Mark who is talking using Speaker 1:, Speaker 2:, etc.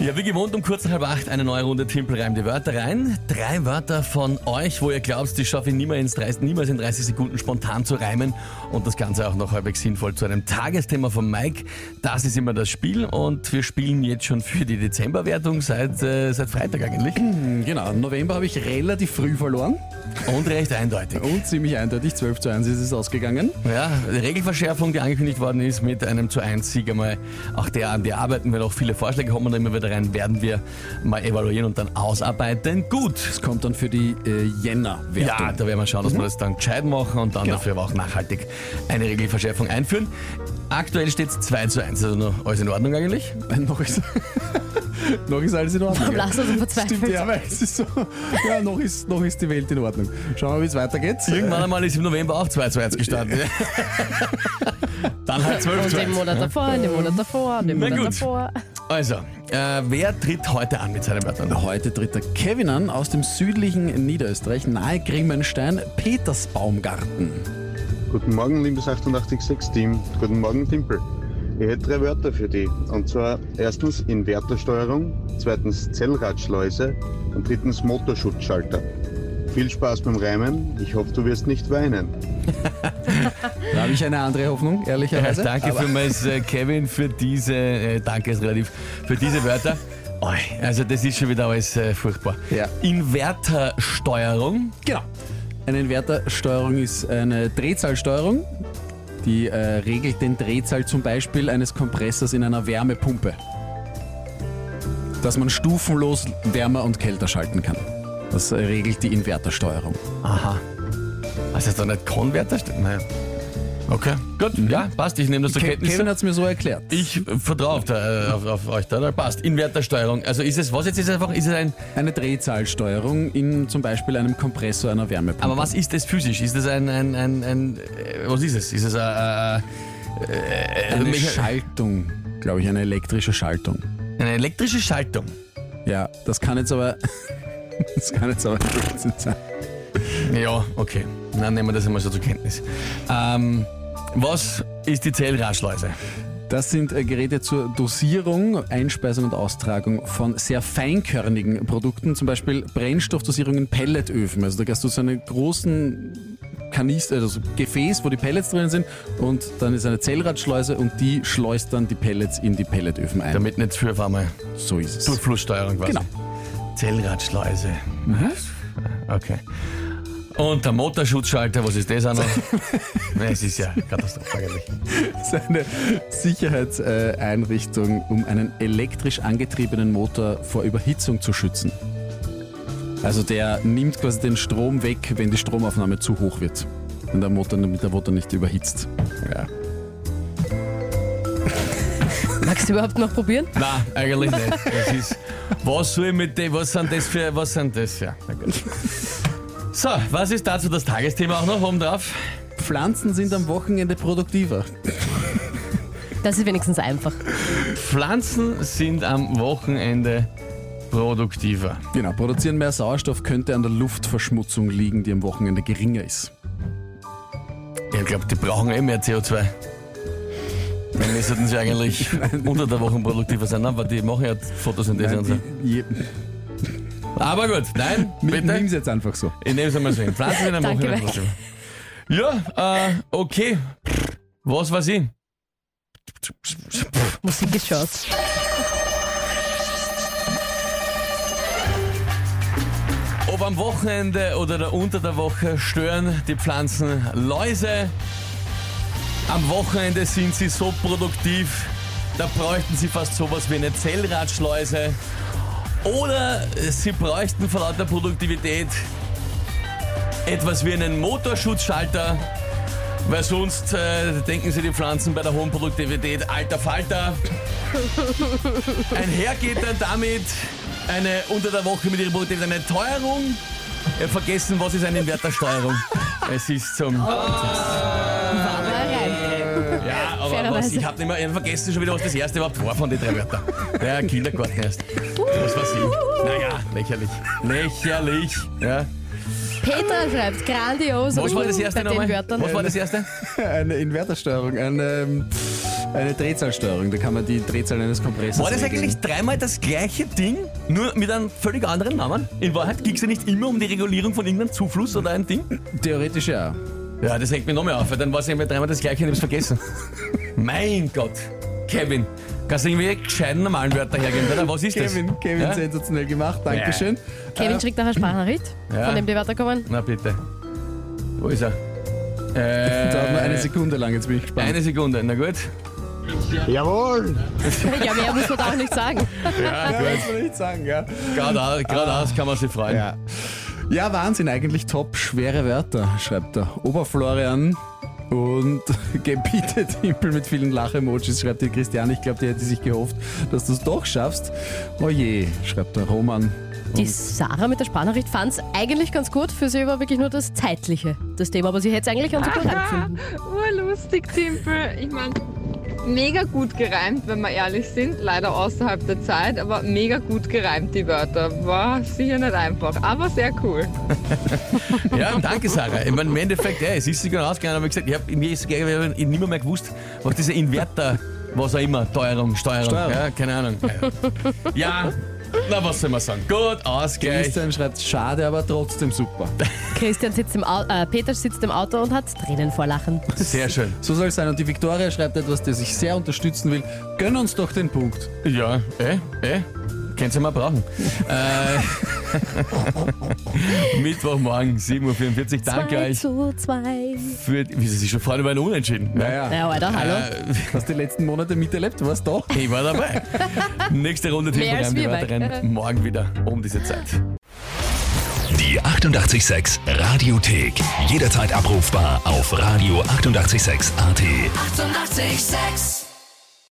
Speaker 1: Ja, wie gewohnt um kurz nach halb acht eine neue Runde Timpel reimt die Wörter rein. Drei Wörter von euch, wo ihr glaubt, die schaffe ich niemals in, 30, niemals in 30 Sekunden spontan zu reimen und das Ganze auch noch halbwegs sinnvoll zu einem Tagesthema von Mike. Das ist immer das Spiel und wir spielen jetzt schon für die Dezemberwertung seit, äh, seit Freitag eigentlich
Speaker 2: Genau, im November habe ich relativ früh verloren
Speaker 1: und recht eindeutig.
Speaker 2: und ziemlich eindeutig 12 zu 1 ist es ausgegangen.
Speaker 1: Ja, die Regelverschärfung, die angekündigt worden ist, mit einem zu 1 Sieg einmal auch der, an der arbeiten wir noch viele Vorschläge, kommen da immer wieder rein, werden wir mal evaluieren und dann ausarbeiten. Gut.
Speaker 2: Das kommt dann für die äh,
Speaker 1: Ja,
Speaker 2: Jänner-Wertung.
Speaker 1: da werden wir schauen, dass wir das dann gescheit machen und dann
Speaker 2: Genau.
Speaker 1: dafür aber auch nachhaltig eine Regelverschärfung einführen. Aktuell steht es 2 zu 1, also noch alles in Ordnung eigentlich.
Speaker 2: noch, ist, noch ist alles in Ordnung.
Speaker 3: Lass uns verzweifeln.
Speaker 2: Stimmt, ja, weil es ist so, ja, noch ist, noch ist die Welt in Ordnung. Schauen wir, wie es weitergeht.
Speaker 1: Irgendwann einmal ist im November auch 2 zu 1 gestartet. dann halt 12
Speaker 3: Und
Speaker 1: zu
Speaker 3: den
Speaker 1: 1.
Speaker 3: Monat davor, den Monat davor, den
Speaker 1: Na
Speaker 3: Monat
Speaker 1: gut.
Speaker 3: davor.
Speaker 1: Also, äh, wer tritt heute an mit seinen Wörtern?
Speaker 2: Heute tritt der Kevin an aus dem südlichen Niederösterreich, nahe Grimmenstein, Petersbaumgarten.
Speaker 4: Guten Morgen, liebes 886-Team. Guten Morgen, Timpel. Ich hätte drei Wörter für die. Und zwar erstens Invertersteuerung, zweitens Zellradschleuse und drittens Motorschutzschalter. Viel Spaß beim Reimen. Ich hoffe, du wirst nicht weinen.
Speaker 2: Da habe ich eine andere Hoffnung, ehrlicherweise.
Speaker 1: danke
Speaker 2: Also, Aber-
Speaker 1: vielmals, äh, Kevin, für diese, äh, danke ist relativ, für diese Wörter. Oi, also das ist schon wieder alles äh, furchtbar.
Speaker 2: Ja.
Speaker 1: Invertersteuerung,
Speaker 2: Genau. Eine Invertersteuerung ist eine Drehzahlsteuerung, die äh, regelt den Drehzahl zum Beispiel eines Kompressors in einer Wärmepumpe. Dass man stufenlos wärmer und kälter schalten kann. Das äh, regelt die Invertersteuerung.
Speaker 1: aha. Also da nicht Konverter steht? Naja. Okay, gut, ja, passt, ich nehme das zur
Speaker 2: Ke-
Speaker 1: Kenntnis.
Speaker 2: Kevin hat es mir so erklärt.
Speaker 1: Ich vertraue auf, der- äh, auf, auf euch da, da passt. Invertersteuerung, also ist es, was jetzt ist es einfach, ist es ein,
Speaker 2: Eine Drehzahlsteuerung in zum Beispiel einem Kompressor einer Wärmepumpe.
Speaker 1: aber was ist das physisch? Ist das ein, ein, ein, ein äh, was ist es? Ist es ein,
Speaker 2: Eine
Speaker 1: Mecha-
Speaker 2: Schaltung, glaube ich, eine elektrische Schaltung.
Speaker 1: äh, eine elektrische Schaltung?
Speaker 2: Ja, das kann jetzt aber... das kann jetzt aber... Blödsinn sein.
Speaker 1: Ja, okay. Dann nehmen wir das einmal so zur Kenntnis. Ähm, was ist die Zellradschleuse?
Speaker 2: Das sind äh, Geräte zur Dosierung, Einspeisung und Austragung von sehr feinkörnigen Produkten, zum Beispiel Brennstoffdosierung in Pelletöfen. Also da kannst du so einen großen Kanister, also so ein Gefäß, wo die Pellets drin sind und dann ist eine Zellradschleuse und die schleust dann die Pellets in die Pelletöfen ein.
Speaker 1: Damit nicht für auf einmal
Speaker 2: so ist es.
Speaker 1: Durchflusssteuerung quasi.
Speaker 2: Genau.
Speaker 1: Zellradschleuse. Okay. Und der Motorschutzschalter, was ist das auch noch? Nein, es ist ja Katastrophe eigentlich.
Speaker 2: Das ist eine Sicherheitseinrichtung, um einen elektrisch angetriebenen Motor vor Überhitzung zu schützen. Also der nimmt quasi den Strom weg, wenn die Stromaufnahme zu hoch wird. Und der Motor, damit der Motor nicht überhitzt. Ja.
Speaker 3: Magst du überhaupt noch probieren?
Speaker 1: Nein, eigentlich nicht. Das ist, was soll ich mit dem, was sind das für, was sind das? Ja, na gut. So, was ist dazu das Tagesthema auch noch oben drauf?
Speaker 2: Pflanzen sind am Wochenende produktiver.
Speaker 3: Das ist wenigstens einfach.
Speaker 1: Pflanzen sind am Wochenende produktiver.
Speaker 2: Genau, produzieren mehr Sauerstoff könnte an der Luftverschmutzung liegen, die am Wochenende geringer ist.
Speaker 1: Ich glaube, die brauchen eh mehr CO2. Dann müssten sie eigentlich unter der Woche produktiver sein, aber die machen ja Photosynthese und so.
Speaker 2: die, je,
Speaker 1: Aber gut, nein, bitte.
Speaker 2: nimm's jetzt einfach so.
Speaker 1: Ich nehme es einmal so hin. Pflanzen sind am
Speaker 3: Danke,
Speaker 1: Wochenende
Speaker 3: Mike.
Speaker 1: produktiver. Ja, äh, okay. Was weiß ich?
Speaker 3: Musik ist Chance.
Speaker 1: Ob am Wochenende oder der unter der Woche stören die Pflanzen Läuse. Am Wochenende sind sie so produktiv, da bräuchten sie fast sowas wie eine Zellradschleuse. Oder sie bräuchten vor lauter Produktivität etwas wie einen Motorschutzschalter, weil sonst äh, denken sie die Pflanzen bei der hohen Produktivität, alter Falter. Einher geht dann damit eine unter der Woche mit ihrer Produktivität eine Teuerung. Äh, vergessen, was ist eine Invertersteuerung? Es ist zum...
Speaker 3: Fahr mal rein.
Speaker 1: Ja, aber was,
Speaker 3: Fairerweise.
Speaker 1: ich habe nicht mehr, ich hab vergessen schon wieder, was das erste überhaupt war von den drei Wörtern. Ja, Kindergarten erst. Was war sie? Naja, lächerlich. Lächerlich. Ja.
Speaker 3: Peter schreibt grandios.
Speaker 1: Was war
Speaker 3: uh,
Speaker 1: das erste
Speaker 3: bei den
Speaker 1: nochmal?
Speaker 3: Wörtern.
Speaker 1: Was war das erste?
Speaker 2: Eine Invertersteuerung, eine, eine Drehzahlsteuerung. Da kann man die Drehzahl eines Kompressors.
Speaker 1: War das
Speaker 2: regeln.
Speaker 1: eigentlich dreimal das gleiche Ding, nur mit einem völlig anderen Namen? In Wahrheit ging es ja nicht immer um die Regulierung von irgendeinem Zufluss oder ein Ding?
Speaker 2: Theoretisch ja.
Speaker 1: Ja, das hängt mir noch mehr auf, weil dann war es irgendwie dreimal das gleiche und ich hab's vergessen. mein Gott. Kevin, kannst du irgendwie gescheiten normalen Wörter hergeben, oder? Was ist
Speaker 2: Kevin,
Speaker 1: das?
Speaker 2: Kevin
Speaker 1: ja?
Speaker 2: sensationell gemacht. Dankeschön.
Speaker 3: Kevin schickt nachher Sprachnachricht,
Speaker 1: Ja.
Speaker 3: von dem die Wörter kommen.
Speaker 1: Na bitte. Wo ist er?
Speaker 2: Äh, Dauert nur eine
Speaker 1: Äh,
Speaker 2: Sekunde lang, jetzt bin ich gespannt.
Speaker 1: eine Sekunde, na gut.
Speaker 4: Jawohl!
Speaker 3: Ja, mehr muss man da auch nicht sagen.
Speaker 2: Ja, das will ich nicht sagen, ja.
Speaker 1: Geradeaus geradeaus kann man sich freuen.
Speaker 2: Ah. Ja. Ja, Wahnsinn, eigentlich top. Schwere Wörter, schreibt er. Oberflorian und Gebietetimpel mit vielen Lach-Emojis, schreibt der Christian. Ich glaube, der hätte sich gehofft, dass du es doch schaffst. Oje, schreibt der Roman.
Speaker 3: Die Sarah mit der Sprachnachricht fand es eigentlich ganz gut. Für sie war wirklich nur das Zeitliche das Thema, aber sie hätte es eigentlich ganz gut angefunden.
Speaker 5: Urlustig, Timpel. Ich meine, mega gut gereimt, wenn wir ehrlich sind. Leider außerhalb der Zeit, aber mega gut gereimt, die Wörter. War sicher nicht einfach, aber sehr cool.
Speaker 1: Ja, danke Sarah. Ich meine, im Endeffekt, ey, es ist sich genau ausgegangen, aber ich gesagt, ich habe mir ist nicht mehr, mehr gewusst, was diese Inverter, was auch immer, Teuerung, Steuerung,
Speaker 2: Steuerung.
Speaker 1: Ja, keine Ahnung. Ja, na was soll man sagen? Gut, Ausgleich.
Speaker 2: Christian schreibt, schade, aber trotzdem super.
Speaker 3: Christian sitzt im Au äh, Peter sitzt im Auto und hat Tränen vor Lachen.
Speaker 1: Sehr schön.
Speaker 2: So soll es sein. Und die Viktoria schreibt etwas, das ich sehr unterstützen will. Gönn uns doch den Punkt.
Speaker 1: Ja, eh, eh. Könnt ihr mal brauchen. äh, Mittwochmorgen, 7.44 Uhr. Danke
Speaker 3: zwei
Speaker 1: euch
Speaker 3: zu zwei.
Speaker 1: für. Wie sie sich schon freuen über einen Unentschieden. ne?
Speaker 3: Ja, Alter, Ah, hallo.
Speaker 1: Äh,
Speaker 2: Hast du die letzten Monate miterlebt? Was doch?
Speaker 1: Ich war dabei. Nächste Runde
Speaker 3: Mehr
Speaker 1: Themen
Speaker 3: als
Speaker 1: rein, die
Speaker 3: wir
Speaker 1: weiteren
Speaker 3: beide.
Speaker 1: morgen wieder um diese Zeit.
Speaker 6: Die 886 Radiothek. Jederzeit abrufbar auf radio886.at. 886!
Speaker 7: 886